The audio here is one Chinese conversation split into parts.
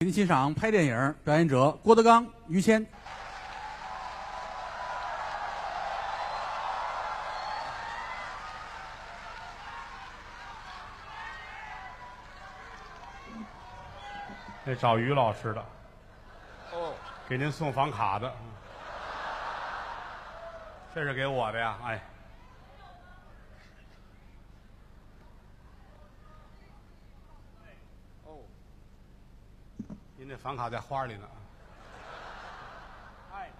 请您欣赏拍电影，表演者郭德纲、于谦。这找于老师的，哦，给您送房卡的，这是给我的呀，哎，哦，您这房卡在花里呢，哎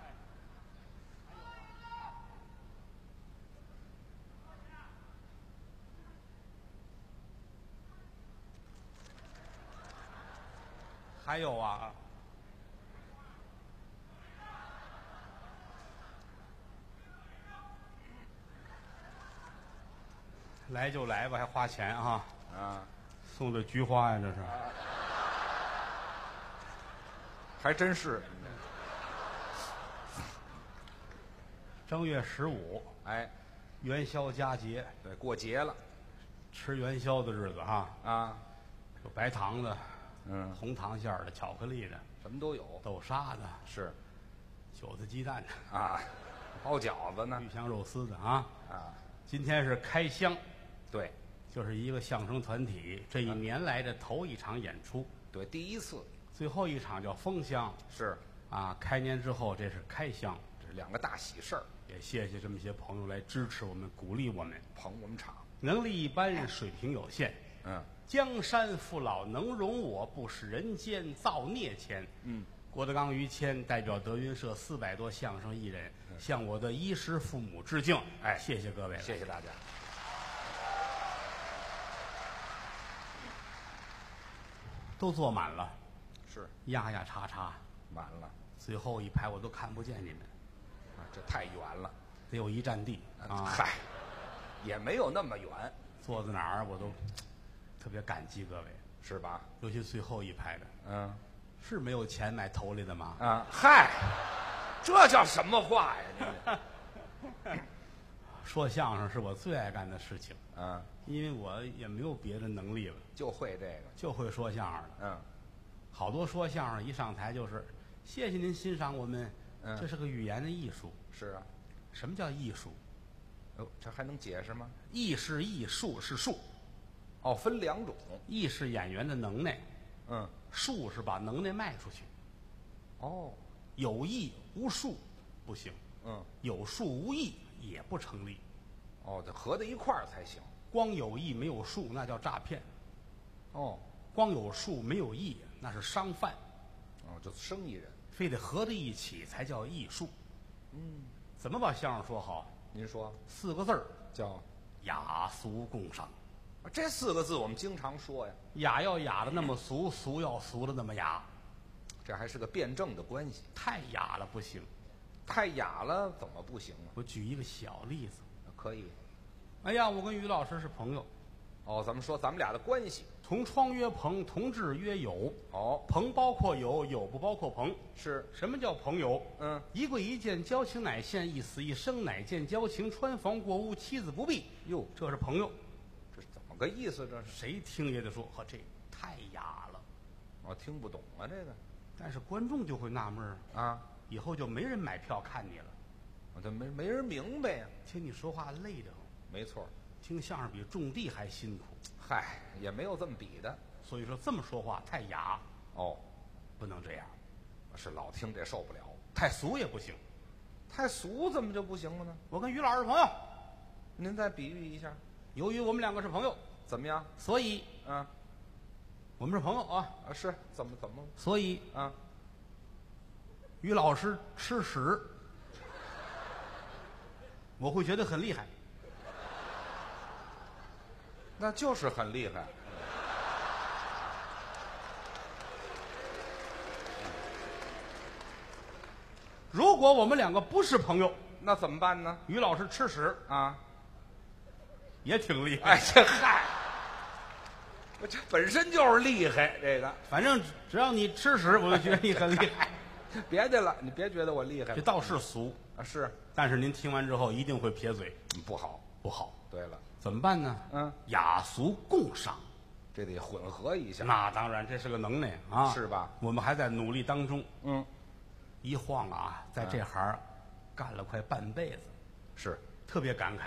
还有啊，来就来吧，还花钱啊，啊，送的菊花呀，这是。还真是，正月十五，哎，元宵佳节，对，过节了吃元宵的日子哈，啊，有白糖的，嗯，红糖馅儿的，巧克力的，什么都有，豆沙的，是韭菜鸡蛋的，啊，包饺子呢鱼香肉丝的啊。啊，今天是开箱，对就是一个相声团体这一年来的头一场演出，对，第一次最后一场叫封箱是啊。开年之后，这是开箱，这两个大喜事儿，也谢谢这么些朋友来支持我们、鼓励我们。捧我们场，能力一般人，水平有限。嗯，江山父老能容我，不使人间造孽钱。嗯，郭德纲、于谦代表德云社四百多相声艺人，向我的衣食父母致敬。哎谢谢各位了。嗯谢谢大家，都坐满了，是压压叉叉，满了，最后一排我都看不见你们，啊，这太远了，得有一站地啊啊。嗨，也没有那么远，坐在哪儿我都特别感激各位，是吧？尤其最后一排的，嗯，是没有钱买头里的吗？啊，嗨，这叫什么话呀？您这，说相声是我最爱干的事情，嗯，因为我也没有别的能力了，就会这个，就会说相声了。嗯，好多说相声一上台就是，谢谢您欣赏我们，嗯这是个语言的艺术。是啊，什么叫艺术？哦，这还能解释吗？艺是艺术是术，哦，分两种，艺是演员的能耐，嗯，术是把能耐卖出去。哦，有艺无术不行，嗯，有术无艺也不成立。哦，得合在一块儿才行。光有艺没有术那叫诈骗，哦，光有术没有艺那是商贩，哦，就生意人，非得合在一起才叫艺术。嗯，怎么把相声说好？您说四个字儿：叫雅俗共赏。啊这四个字我们经常说呀，雅要雅的那么俗，俗要俗的那么雅，这还是个辩证的关系，太雅了不行。太雅了怎么不行啊？我举一个小例子，可以，哎呀，我跟于老师是朋友，哦，咱们说咱们俩的关系，同窗曰朋，同志曰友，哦，朋包括友，友不包括朋。是，什么叫朋友？嗯，一跪一见，交情乃现；一死一生，乃见交情。穿房过屋，妻子不避，哟，这是朋友。这是怎么个意思？这是，谁听也得说，呵，这太雅了。我听不懂啊，这个但是观众就会纳闷儿，啊，以后就没人买票看你了，我这没没人明白呀、听你说话累得慌，没错儿，听相声比种地还辛苦。嗨，也没有这么比的，所以说这么说话太雅，哦，不能这样，我是老听这受不了，太俗也不行。太俗怎么就不行了呢？我跟于老师是朋友，您再比喻一下，由于我们两个是朋友，怎么样？所以啊我们是朋友啊，啊，是怎么怎么了所以啊？于老师吃屎，我会觉得很厉害。那就是很厉害。如果我们两个不是朋友，那怎么办呢？于老师吃屎啊，也挺厉害。哎，这嗨，我这本身就是厉害，这个反正只要你吃屎，我就觉得你很厉害。别的了，你别觉得我厉害这倒是俗，啊，是但是您听完之后一定会撇嘴，嗯不好。不好，对了，怎么办呢？嗯，雅俗共赏，这得混合一下，那当然，这是个能耐啊，是吧？我们还在努力当中，嗯，一晃啊，在这行儿干了快半辈子，是，特别感慨。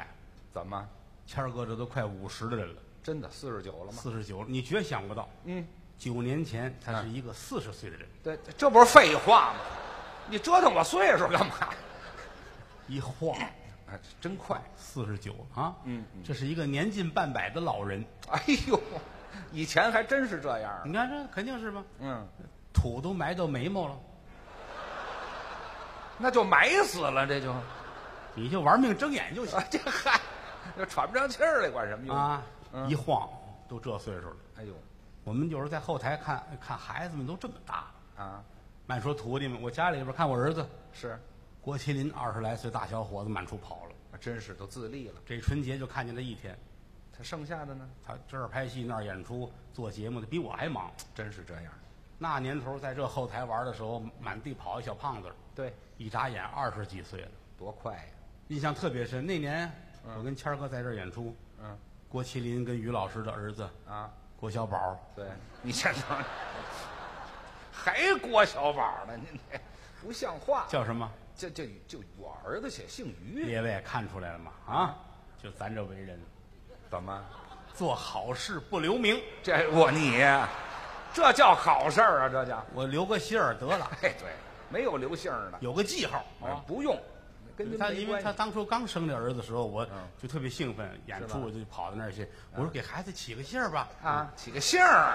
怎么？谦儿哥这都快五十的人了，真的四十九了吗？四十九，你绝想不到，嗯，九年前他是一个四十岁的人，对，这不是废话吗？你折腾我岁数干嘛？一晃哎，真快！四十九啊，嗯嗯这是一个年近半百的老人，哎呦，以前还真是这样儿。你看这肯定是吧？嗯，土都埋到眉毛了，那就埋死了，这就。你就玩命睁眼就行啊，这嗨，这喘不上气儿来，管什么用？啊！嗯一晃都这岁数了，哎呦，我们有时候在后台看看孩子们都这么大了，啊，慢说徒弟们，我家里边看我儿子是，啊郭麒麟二十来岁大小伙子满处跑了，真是都自立了。这春节就看见他一天，他剩下的呢，他这儿拍戏那儿演出做节目的比我还忙。真是这样。那年头在这后台玩的时候，满地跑一小胖子，对，一眨眼二十几岁了，多快呀！印象特别深。那年我跟谦儿哥在这儿演出，嗯，郭麒麟跟于老师的儿子啊，郭小宝，对，你先等会儿，还郭小宝呢？您这不像话。叫什么？这这就我儿子写姓 于，列位看出来了吗？啊，就咱这为人，怎么？做好事不留名。这我你，这叫好事儿啊！这叫，我留个心儿得了，哎，对，没有留姓儿的，有个记号哎啊。不用，跟您他没因关为系他当初刚生这儿子的时候，我嗯就特别兴奋，演是出吧嗯我就跑到那儿去，我说给孩子起个姓儿吧，啊，起个姓儿，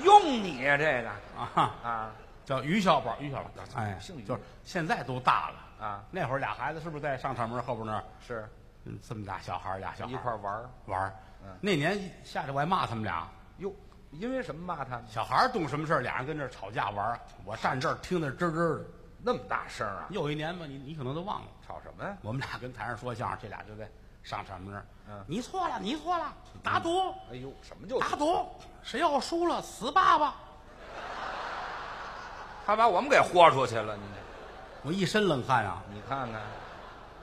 用你啊这个啊，啊，叫于小宝，于小宝，哎，姓于就是现在都大了啊那会儿俩孩子是不是在上场门后边那儿，是嗯这么大小孩儿俩小孩一块儿玩儿玩儿嗯那年下去我还骂他们俩，哟，因为什么骂他呢？小孩儿懂什么事儿，俩人跟这儿吵架玩儿，我站这儿听得吱吱的。那么大声啊，又一年吧，你你可能都忘了，吵什么呀？我们俩跟台上说相声，这俩就在上场门那儿，嗯你错了，你错了，打赌。哎呦，什么就打赌，谁要输了死爸爸。他把我们给豁出去了，你我一身冷汗啊！你看看，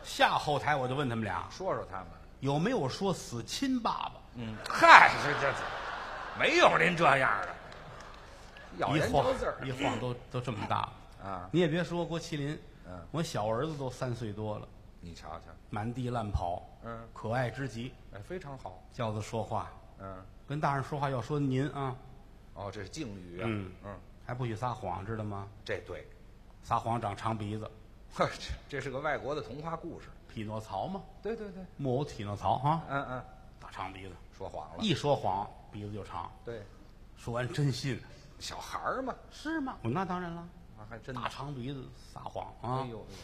下后台我就问他们俩说说他们，有没有说死亲爸爸，嗯，嗨，这这这，没有您这样的，咬一人晃嚼字儿一晃都都这么大了啊你也别说郭麒麟，嗯我小儿子都三岁多了，你瞧瞧，满地乱跑，嗯可爱之极。哎，非常好，叫他说话，嗯，跟大人说话要说您啊，哦，这是敬语啊，嗯嗯，还不许撒谎，知道吗？这对， 撒谎长长鼻子，呵，这这是个外国的童话故事，匹诺曹嘛，对对对，木偶匹诺曹啊，嗯嗯，大长鼻子，说谎了，一说谎鼻子就长，对，说完真信。小孩儿嘛，是吗？我那当然了，啊，还真的大，长鼻子撒谎哎啊！呦，哎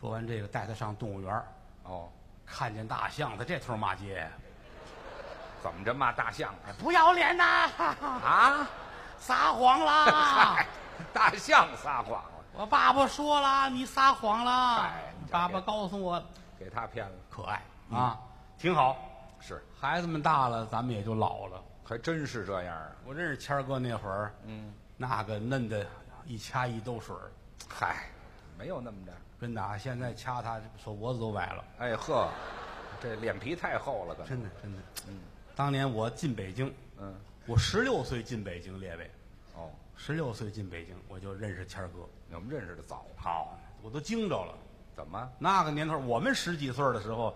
说完这个，带他上动物园儿呦哦，看见大象，他这头骂街，怎么着骂大象啊？不要脸呐， 啊，撒谎啦 嗨！，大象撒谎了，我爸爸说了，你撒谎啦嗨你！瞧爸爸告诉我，给他骗了，可爱啊，挺好。是，孩子们大了，咱们也就老了。还真是这样啊，我认识谦儿哥那会儿，嗯，那个嫩的，一掐一兜水儿嗨，没有那么着，真的啊！现在掐他手脖子都崴了，哎呵，这脸皮太厚了，可能，真的真的。嗯当年我进北京，嗯，我十六岁进北京，列位，哦，十六岁进北京，我就认识谦儿哥。我们认识的早，啊好，我都惊着了。怎么？那个年头，我们十几岁的时候，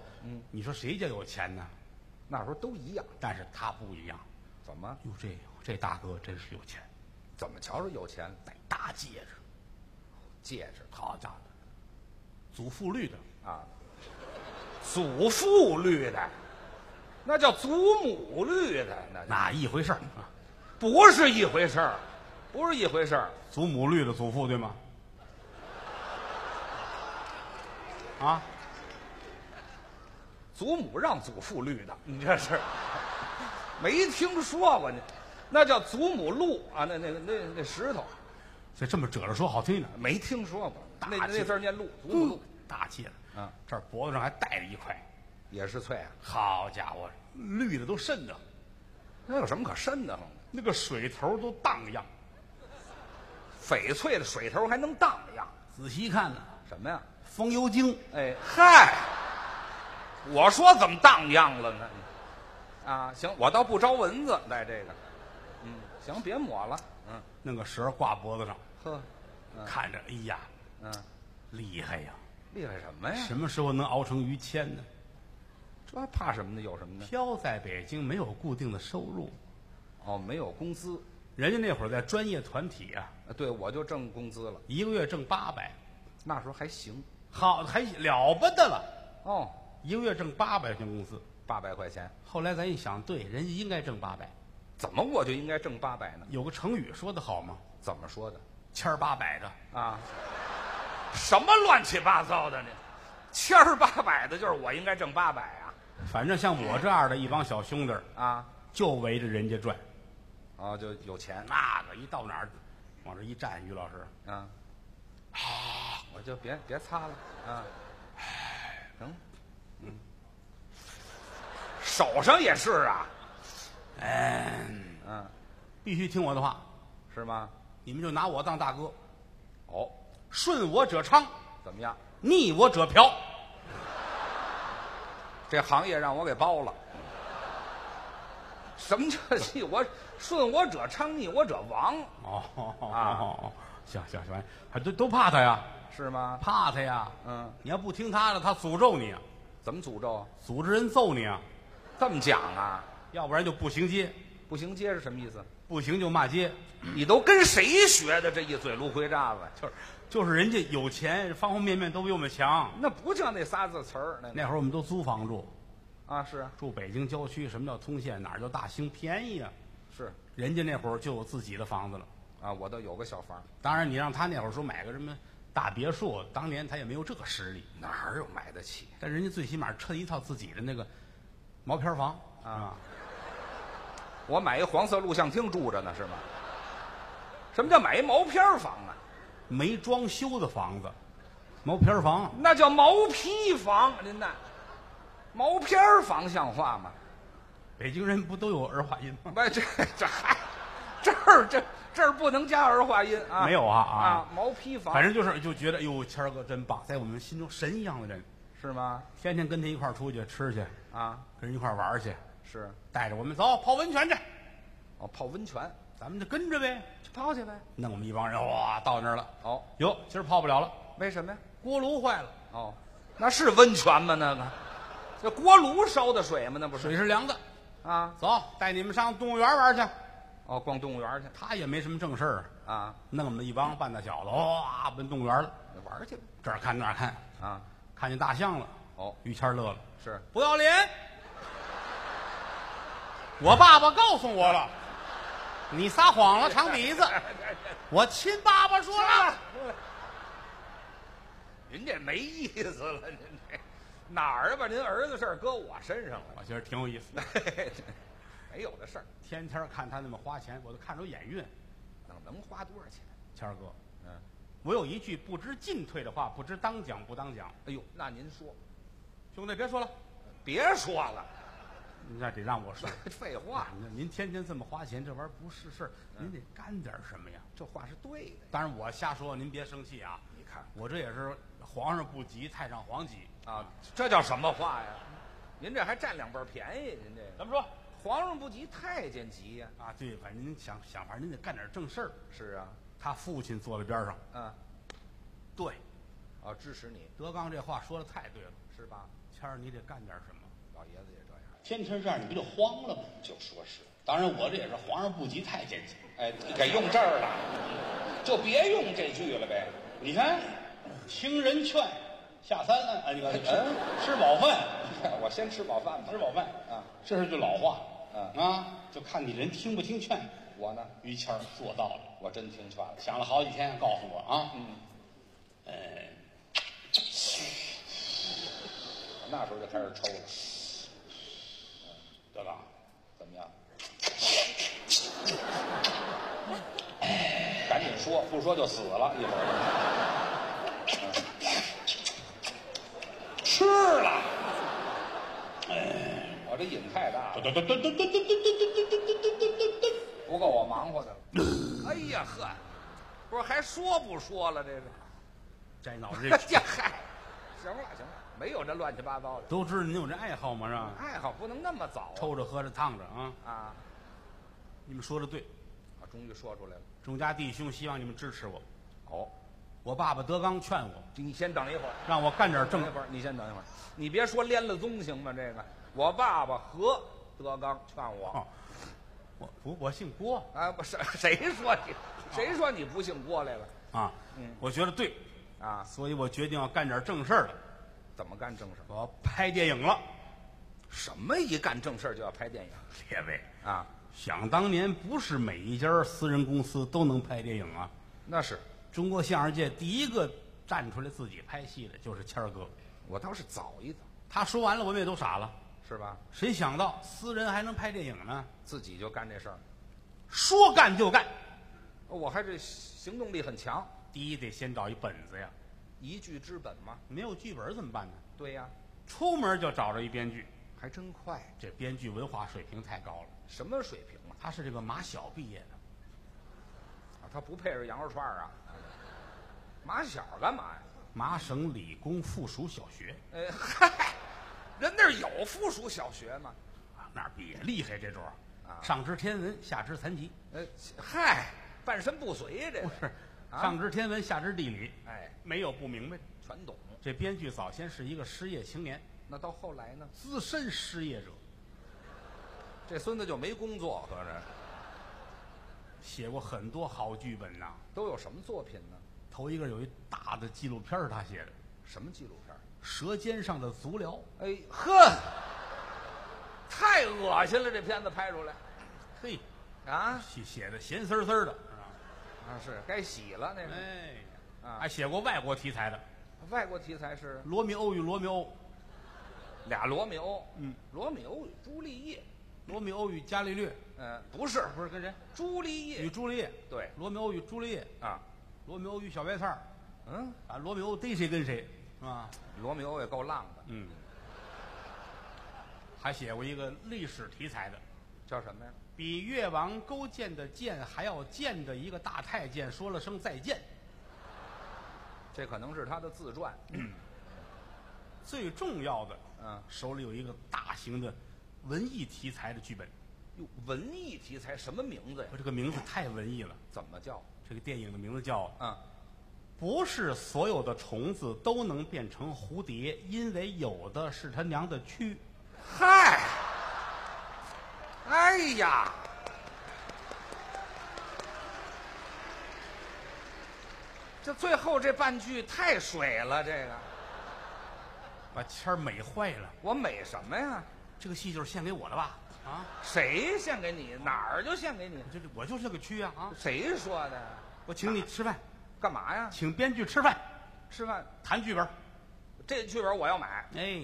你说谁家有钱呢？那时候都一样，但是他不一样，怎么？哟，这这大哥真是有钱，怎么瞧着有钱？戴大戒指，戒指好家伙，祖父绿的，啊，祖父绿的，那叫祖母绿的，那叫哪一回事儿？不是一回事儿，不是一回事儿。祖母绿的祖父对吗？啊，祖母让祖父绿的，你这是没听说过呢？那叫祖母绿啊，那那个那那石头这这么褶着说好听呢，没听说过，大那戒那字儿念绿，祖母绿、大戒指，嗯，这儿脖子上还戴着一块，也是翠啊，好家伙，绿的都渗着，那有什么可深的慌的？那个水头都荡漾。翡翠的水头还能荡漾？仔细看呢、什么呀？风油精哎嗨，我说怎么荡漾了呢？啊，行，我倒不招蚊子，带这个。嗯，行，别抹了。嗯，弄个绳儿挂脖子上，呵，看着，哎呀，嗯，厉害呀！厉害什么呀？什么时候能熬成于谦呢？这还怕什么呢？有什么呢？飘在北京没有固定的收入，哦，没有工资，人家那会儿在专业团体啊，啊对我就挣工资了，一个月挣八百，那时候还行。好还了不得了，哦，一个月挣八百块钱工资。八百块钱，后来咱一想，对，人家应该挣八百。怎么我就应该挣八百呢？有个成语说的好嘛，怎么说的？千儿八百的，啊，什么乱七八糟的呢？千儿八百的，就是我应该挣八百啊反正像我这样的一帮小兄弟儿，啊！就围着人家转。哦，就有钱那个一到哪儿，往这一站，于老师，啊，我就别别擦了啊，行，嗯，手上也是啊，嗯，嗯，必须听我的话，是吗？你们就拿我当大哥，哦，顺我者昌，怎么样？逆我者嫖。这行业让我给包了。什么叫逆我顺我者昌，逆我者亡，哦啊，行行行，还都都怕他呀，是吗？怕他呀。嗯，你要不听他的，他诅咒你啊，怎么诅咒啊？组织人揍你啊，这么讲啊？要不然就不行街，不行街是什么意思？不行就骂街。你都跟谁学的这一嘴芦灰渣子？就是就是人家有钱，方方面面都比我们强。那不叫那仨字词儿，那那会儿我们都租房住，啊是住北京郊区，什么叫通县，哪儿叫大兴，便宜啊。是人家那会儿就有自己的房子了。啊，我倒有个小房，当然，你让他那会儿说买个什么大别墅，当年他也没有这个实力，哪儿有买得起？但人家最起码趁一套自己的那个毛坯房啊，我买一黄色录像厅住着呢，是吗？什么叫买一毛坯儿房啊？没装修的房子，毛坯房。那叫毛坯房，您那毛坯儿房像话吗？北京人不都有儿化音 吗？不，这这还这儿这这儿不能加儿化音啊？没有啊啊啊，毛坯房，反正就是就觉得，哟，谦儿哥真棒，在我们心中神一样的人，是吗？天天跟他一块儿出去吃去，啊，跟人一块儿玩儿去，是带着我们走泡温泉去，哦，泡温泉咱们就跟着呗。去泡去呗。弄我们一帮人，哇，到那儿了，哦，哟，今儿泡不了了，为什么呀？锅炉坏了，哦，那是温泉吗？那个，这锅炉烧的水吗？那不是水是凉的，啊？走，带你们上动物园玩去。哦，逛动物园去他也没什么正事儿，啊？弄我们一帮半大小子，哇，奔动物园了，那玩去吧这儿看那儿看，啊？看见大象了，哦，于谦儿乐了，是不要脸！我爸爸告诉我了，你撒谎了，长鼻子。我亲爸爸说了，您这没意思了，您这哪儿啊把您儿子事儿搁我身上了？ 我觉得挺有意思的。没有的事儿，天天看他那么花钱，我都看着眼晕。能能花多少钱？谦儿哥，嗯，我有一句不知进退的话，不知当讲不当讲。哎呦，那您说，兄弟，别说了，别说了，你那得让我说。废哇话，，您天天这么花钱，这玩意儿不是事儿，您得干点什么呀？这话是对的。当然我瞎说，您别生气啊。你看我这也是皇上不急，太上皇急。啊，这叫什么话呀？您这还占两半便宜，您这个怎么说？皇上不急太监急呀、啊，对，反正您想想，反正您得干点正事儿。是啊，他父亲坐在边上，嗯，对，哦，支持你德刚这话说的太对了，是吧？谦儿你得干点什么。老爷子也这样，天天这样，你不就慌了吗？就说是，当然，我这也是皇上不急太监急。哎，给用这儿了，就别用这句了呗。你看，听人劝，下三滥，哎，你看，嗯吃饱饭， 我先吃饱饭吧吃。饱饭啊，这是句老话，嗯啊，就看你人听不听劝。我呢，于谦儿做到了，我真听劝了。想了好几天，告诉我啊，嗯，呃，我那时候就开始抽了，德刚，怎么样？赶紧说，不说就死了，一会儿吃了，我这瘾太大了噔。噔噔噔噔噔噔噔噔噔噔噔噔噔噔。不够我忙活的了。 哎呀呵，不是还说不说了？这是， 这脑子这这嗨，行了行了，没有这乱七八糟的都知道您有这爱好嘛，是吧？爱好，不能那么早抽着喝着烫着啊！啊啊！你们说的对，啊终于说出来了。众家弟兄，希望你们支持我。哦，我爸爸德刚劝我，你先等一会儿，让我干点等正一会儿，你先等一会儿，你别说连了宗行吗？这个，我爸爸和德纲劝我。哦，我我我姓郭啊，不是谁说你，谁说你不姓郭来了？啊，嗯我觉得对，啊，所以我决定要干点正事儿了，怎么干正事儿？我要拍电影了。什么一干正事儿就要拍电影列位，啊？想当年不是每一家私人公司都能拍电影啊。那是，中国相声界第一个站出来自己拍戏的就是谦儿哥，我倒是早一早，他说完了，我们也都傻了。是吧？谁想到私人还能拍电影呢？自己就干这事儿，说干就干，我还这行动力很强，第一得先找一本子呀，一剧之本嘛。没有剧本怎么办呢？对呀、出门就找着一编剧，还真快，这编剧文化水平太高了，什么水平啊？他是这个马小毕业的，啊他不配是羊肉串儿啊？马小干嘛呀？麻省理工附属小学呃，嗨，人那儿有附属小学吗？啊，那儿毕业厉害这主儿啊上知天文，下知残疾，呃，嗨，半身不遂呀，这不个是，啊上知天文，下知地理，哎，没有不明白的。全懂。这编剧早先是一个失业青年，那到后来呢？资深失业者，这孙子就没工作，合着写过很多好剧本呐、都有什么作品呢？头一个有一大的纪录片儿是他写的，《什么纪录片？舌尖上的足疗》，哎呵，太恶心了！这片子拍出来嘿，啊写写的咸丝丝儿的，是吧？啊是该洗了那个。哎，啊还写过外国题材的外国题材是《罗密欧与罗密欧》《俩罗密欧，嗯，罗密欧与朱丽叶，罗密欧与伽利略嗯、不是》，不是跟谁？朱丽与叶，朱丽叶，对《罗密欧与朱丽叶》《啊，罗密欧与小白菜儿》嗯，啊，《罗密欧逮谁跟谁》是吧？罗密欧也够浪的，嗯，还写过一个历史题材的，叫什么呀？比越王勾践的践还要贱的一个大太监说了声再见。这可能是他的自传，最重要的，啊嗯手里有一个大型的文艺题材的剧本，哟，文艺题材什么名字呀我？这个名字太文艺了。怎么叫？这个电影的名字叫嗯， 《不是所有的虫子都能变成蝴蝶》，因为有的是他娘的蛆。嗨，哎呀，这最后这半句太水了，这个把谦儿美坏了。我美什么呀？这个戏就是献给我的吧？啊，谁献给你？哪儿就献给你？这我就是个蛆啊啊！谁说的呀？我请你吃饭，干嘛呀？请编剧吃饭，吃饭？谈剧本。这剧本我要买。哎，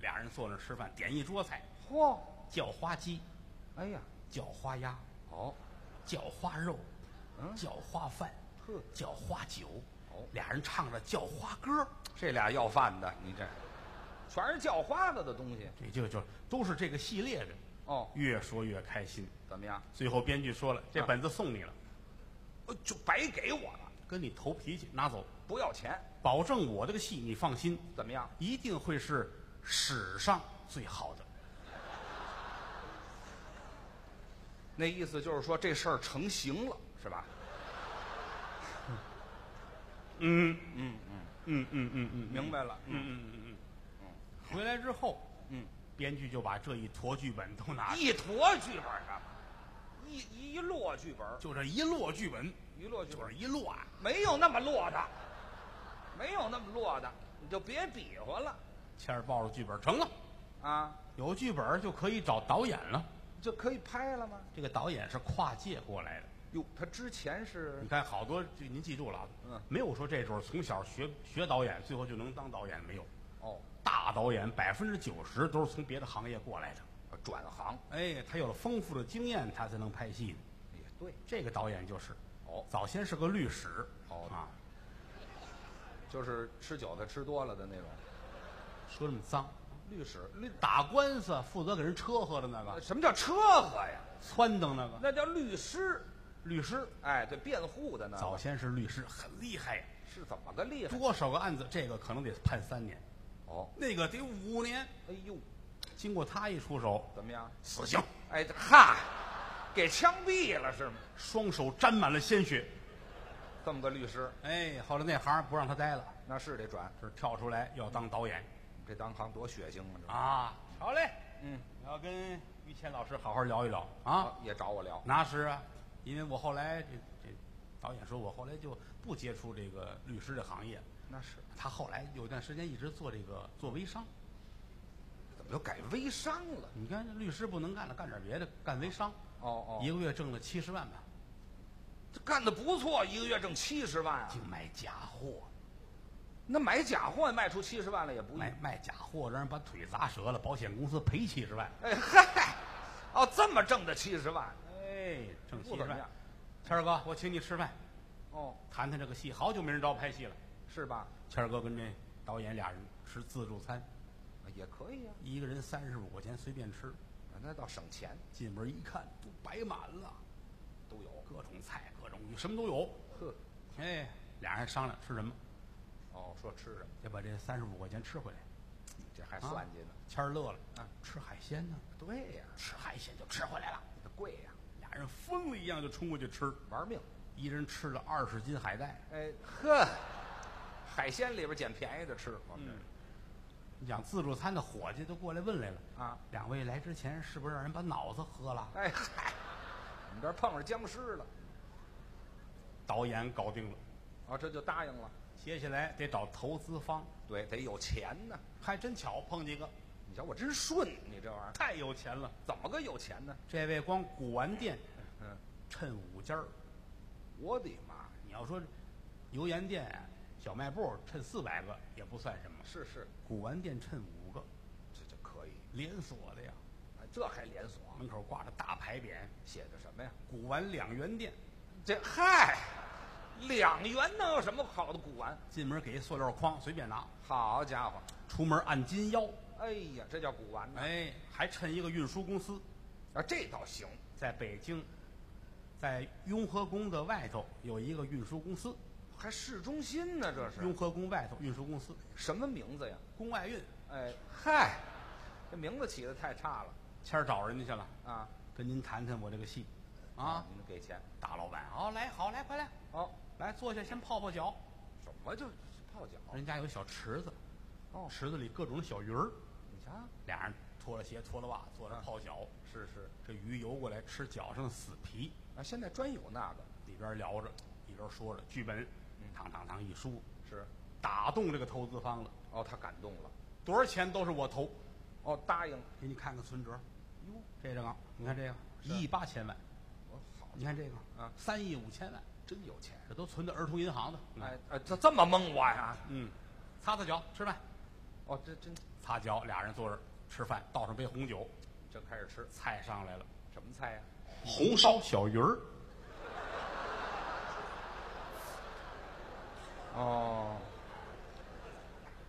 俩人坐那儿吃饭，点一桌菜，嚯，叫花鸡，哎呀，叫花鸭，哦，叫花肉，嗯叫花饭，呵，叫花酒哦，俩人唱着叫花歌，这俩要饭的，你这全是叫花子的东西。这就就都是这个系列的，哦，越说越开心。怎么样？最后编剧说了，这啊本子送你了，呃就白给我了，跟你投脾气，拿走，不要钱。保证我这个戏你放心，怎么样？一定会是史上最好的。那意思就是说这事儿成型了，是吧？嗯嗯嗯，嗯嗯嗯嗯，明白了。嗯嗯嗯嗯嗯。回来之后，嗯，编剧就把这一坨剧本都拿，一坨剧本干嘛？一一嗯摞剧本，就这一摞剧本，一摞剧就本是，一摞啊。没有那么摞的，没有那么摞的，你就别比划了谦儿抱着剧本成了，啊！有剧本就可以找导演了。就可以拍了吗？这个导演是跨界过来的，哟，他之前是你看好多，这您记住了啊，嗯没有说这时候从小学学导演，最后就能当导演没有。哦，大导演百分之九十都是从别的行业过来的，转行哎，他有了丰富的经验，他才能拍戏。也对，这个导演就是，哦早先是个律师，哦啊，就是吃韭菜吃多了的那种说这么脏，律师。律打官啊司负责给人车和的那个，什么叫车和呀？撺掇那个，那叫律师，律师，哎，对，辩护的呢，早先是律师，很厉害呀，是怎么个厉害？多少个案子，这个可能得判三年，哦，那个得五年。哎呦，经过他一出手，怎么样？死刑，哎，这哈，给枪毙了是吗？双手沾满了鲜血。这么个律师，哎，后来那行不让他待了，那是得转，这跳出来要当导演这当行多血腥啊！这啊。好嘞，嗯，我要跟于谦老师好好聊一聊啊。也找我聊，那是啊，因为我后来这这导演说我后来就不接触这个律师这行业，那是他后来有一段时间一直做这个做微商。怎么又改微商了？你看这律师不能干了，干点别的，干微商，哦一哦，个月挣了七十万吧，这干的不错，一个月挣七十万啊净！买假货，那买假货卖出七十万来也不易。卖卖假货让人把腿砸折了，保险公司赔七十万。哎嗨，哦，这么挣的七十万，哎，挣七不十怎么样万。谦儿哥，我请你吃饭，哦，谈谈这个戏。好久没人找我拍戏了。是吧？谦儿哥跟这导演俩人吃自助餐，也可以啊，一个人三十五块钱随便吃。那倒省钱进门一看，都摆满了，都有。各种菜、各种鱼，什么都有。呵，哎，俩人商量吃什么，哦，说吃什么，得把这三十五块钱吃回来。这还算计呢？谦儿乐了啊，吃海鲜呢，对呀、吃海鲜就吃回来了。这贵呀、俩人疯了一样就冲过去吃，玩命。一人吃了二十斤海带。哎呵，海鲜里边捡便宜的吃，哦我们这、你讲自助餐的伙计都过来问来了啊，两位来之前是不是让人把脑子喝了？哎嗨，我们这儿碰上僵尸了，导演搞定了，哦，这就答应了。接下来得找投资方，对，得有钱呢。还真巧碰见一个你瞧我真顺，你这玩意儿太有钱了。怎么个有钱呢？这位光古玩店嗯，趁五家儿，我的妈呀！你要说油盐店啊、小卖部趁四百个也不算什么，是是，古玩店趁五个，这就可以，连锁的呀，哎这还连锁？门口挂着大牌匾写的什么呀？ “古玩两元店这嗨，两元能有什么好的古玩？”，进门给一塑料筐随便拿，好家伙，出门按金腰，哎呀，这叫古玩呢！哎，还趁一个运输公司。啊，这倒行，在北京，在雍和宫的外头有一个运输公司，还市中心呢，这雍是和宫外头运输公司，什么名字呀？宫外运。哎，嗨，这名字起的太差了谦儿找人家去了，啊！跟您谈谈我这个戏，啊，您给钱大老板，好来，好来，快来，哦？来坐下，先泡泡脚。什么就泡脚？人家有小池子，哦池子里各种小鱼儿，你瞧，俩人脱了鞋脱了袜，坐着嗯泡脚，是是这鱼游过来吃脚上的死皮，啊，现在专有那个里边聊着，一边说着剧本，嗯堂堂堂一输，是打动这个投资方了，哦，他感动了多少钱都是我投。哦，答应给你看看存折，哟，这张啊，你看这个是一亿八千万，我哦好你看这个啊三亿五千万，真有钱！这都存到儿童银行的。啊哎，哎，这这么蒙我呀？嗯，擦擦脚，吃饭，哦，这真擦脚，俩人坐这儿吃饭，倒上杯红酒，真开始吃菜上来了，什么菜呀？红烧小鱼儿，哦，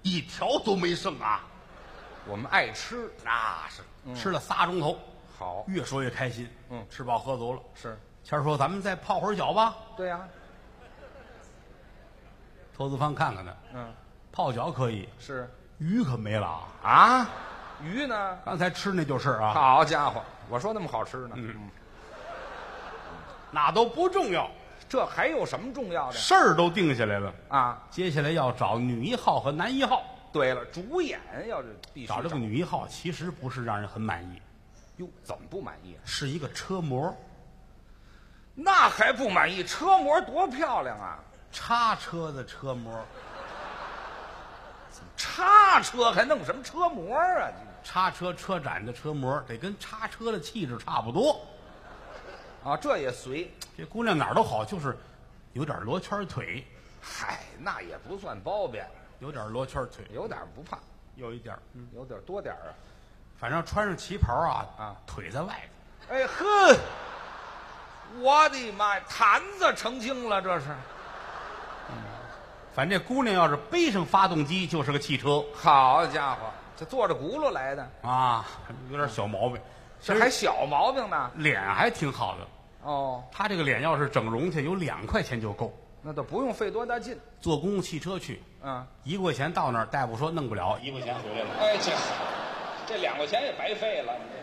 一条都没剩啊！我们爱吃，那是吃了仨钟头，好越说越开心。哦嗯吃饱喝足了。是，谦儿说：“咱们再泡会儿脚吧。对呀、”投资方看看他，嗯，泡脚可以，是鱼可没了啊！啊，鱼呢？刚才吃那就是啊，好家伙，我说那么好吃呢，嗯，那都不重要，这还有什么重要的事儿都定下来了。啊？接下来要找女一号和男一号，对了，主演要是必须找这个女一号其实不是让人很满意，哟，怎么不满意、啊？是一个车模，那还不满意？车模多漂亮啊！叉车的车模，叉车还弄什么车模啊？叉车车展的车模得跟叉车的气质差不多。啊，这也随，这姑娘哪儿都好，就是有点罗圈腿，嗨，那也不算包贬，有点罗圈腿，有点不怕，有一点儿，嗯，有点多点儿啊。反正穿上旗袍啊啊，腿在外头。哎呵，我的妈呀，坛子成精了，这是反正这姑娘要是背上发动机，就是个汽车好家伙，这坐着轱辘来的，啊，有点小毛病，这还小毛病呢脸还挺好的，哦，他这个脸要是整容去，有两块钱就够，那倒不用费多大劲，坐公共汽车去，嗯，一块钱到那儿，大夫说弄不了，一块钱回来了。哎，这这两块钱也白费了。你这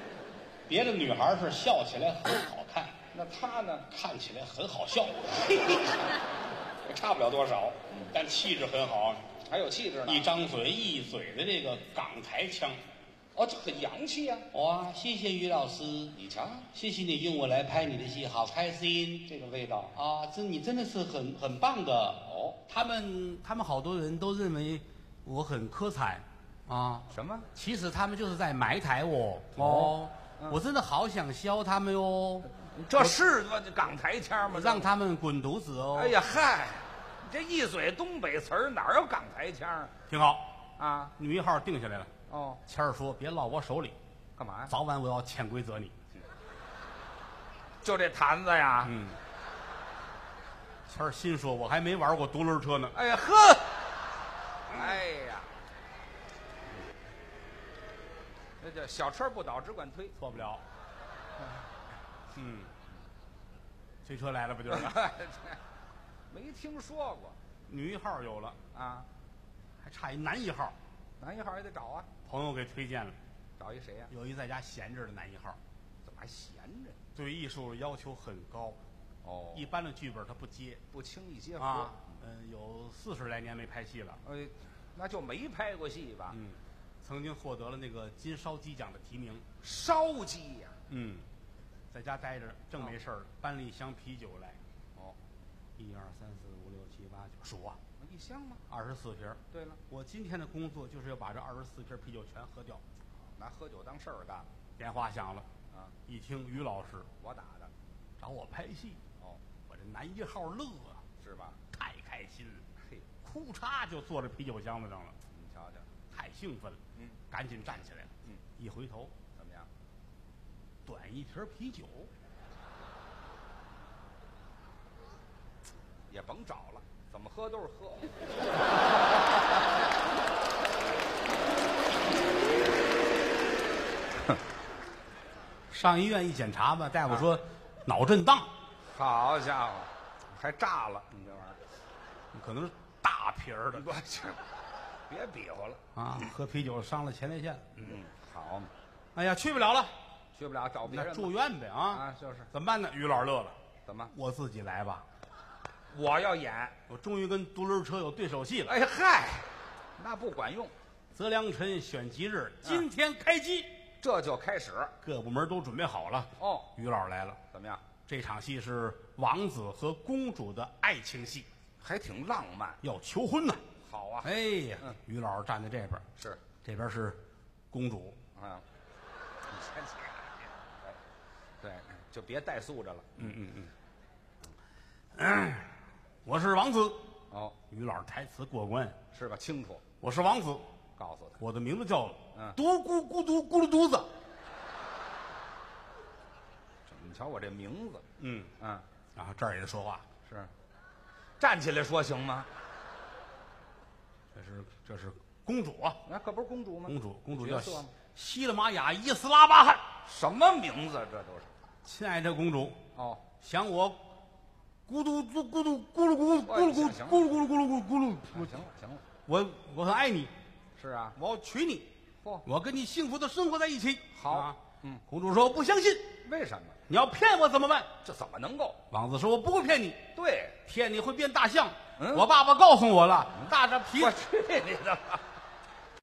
别的女孩是笑起来很好看，那他呢？看起来很好笑， 也差不了多少，但气质很好。还有气质呢，一张嘴一嘴的这个港台腔，哦，这很洋气呀、哇！谢谢于老师，你瞧，谢谢你用我来拍你的戏，好开心。这个味道。啊，这你真的是很很棒的哦。他们他们好多人都认为我很科惨啊，什么？其实他们就是在埋汰我哦哦。我真的好想削他们哦哟，这是吗这港台腔吗？让他们滚犊子哦。哎，呀嗨，你这一嘴东北词儿，哪有港台腔啊挺好，啊？女一号定下来了。哦，谦儿说：“别落我手里，干嘛呀？早晚我要潜规则你。就这坛子呀？”嗯，谦儿心说：“我还没玩过独轮车呢。哎呀呵，哎呀，那叫小车不倒，只管推”。 错不了。嗯，这车来了不 就是？没听说过女一号有了，啊，还差一男一号。男一号也得找啊，朋友给推荐了，找一谁呀、有一在家闲着的男一号，怎么还闲着？对艺术要求很高，哦一般的剧本他不接不轻易接活。啊。嗯，有四十来年没拍戏了。哎，那就没拍过戏吧？嗯，曾经获得了那个金烧鸡奖的提名。烧鸡呀、嗯，在家待着正没事儿，搬了一箱啤酒来。哦，一二三四五六七八九，数啊，一箱吗？二十四瓶。对了，我今天的工作就是要把这二十四瓶啤酒全喝掉。拿喝酒当事儿干了电话响了，啊！一听于老师我打的，找我拍戏，哦，我这男一号乐啊，是吧？太开心了，嘿，哭嚓就坐在啤酒箱子上了，你瞧瞧，太兴奋了，嗯，赶紧站起来了，嗯，一回头，怎么样？短一瓶啤酒，也甭找了，怎么喝都是喝。嗯上医院一检查吧，大夫说、啊脑震荡，好家伙，还炸了你这玩意儿！可能是大瓶儿的我去，别比划了。啊，喝啤酒伤了前列腺，嗯，好嘛，哎呀，去不了了，去不了找别那人住吧院呗啊，啊，就是怎么办呢？于老师乐了，怎么我自己来吧，我要演？我终于跟独轮车有对手戏了。哎嗨，那不管用，择良辰选吉日，今啊天开机，这就开始各部门都准备好了。哦。于老师来了，怎么样？这场戏是王子和公主的爱情戏，还挺浪漫，要求婚呢。好啊。哎呀嗯，于老师站在这边，是这边是公主，啊， 你先起来。哎对，就别带素着了。我是王子。哦，于老师台词过关，是吧？清楚，我是王子，告诉他。我的名字叫嗯独咕咕嘟咕噜嘟子。你瞧我这名字，嗯，嗯，然后这儿也说话，是，站起来说行吗？这是这是公主啊，那可不是公主吗？公主公主角叫色吗希勒玛雅伊斯拉巴汗，什么名字？这都是。亲爱的公主，哦，想我咕嘟嘟咕嘟咕噜咕噜咕噜咕噜咕噜咕噜咕噜咕噜咕噜，啊行了，行了，我我很爱你，是啊。我要娶你，嚯，我要跟你幸福的生活在一起。好啊嗯，公主说我不相信，为什么？你要骗我怎么办？这怎么能够？王子说我不会骗你，对，骗你会变大象嗯。嗯我爸爸告诉我了，大着皮我去你的吧！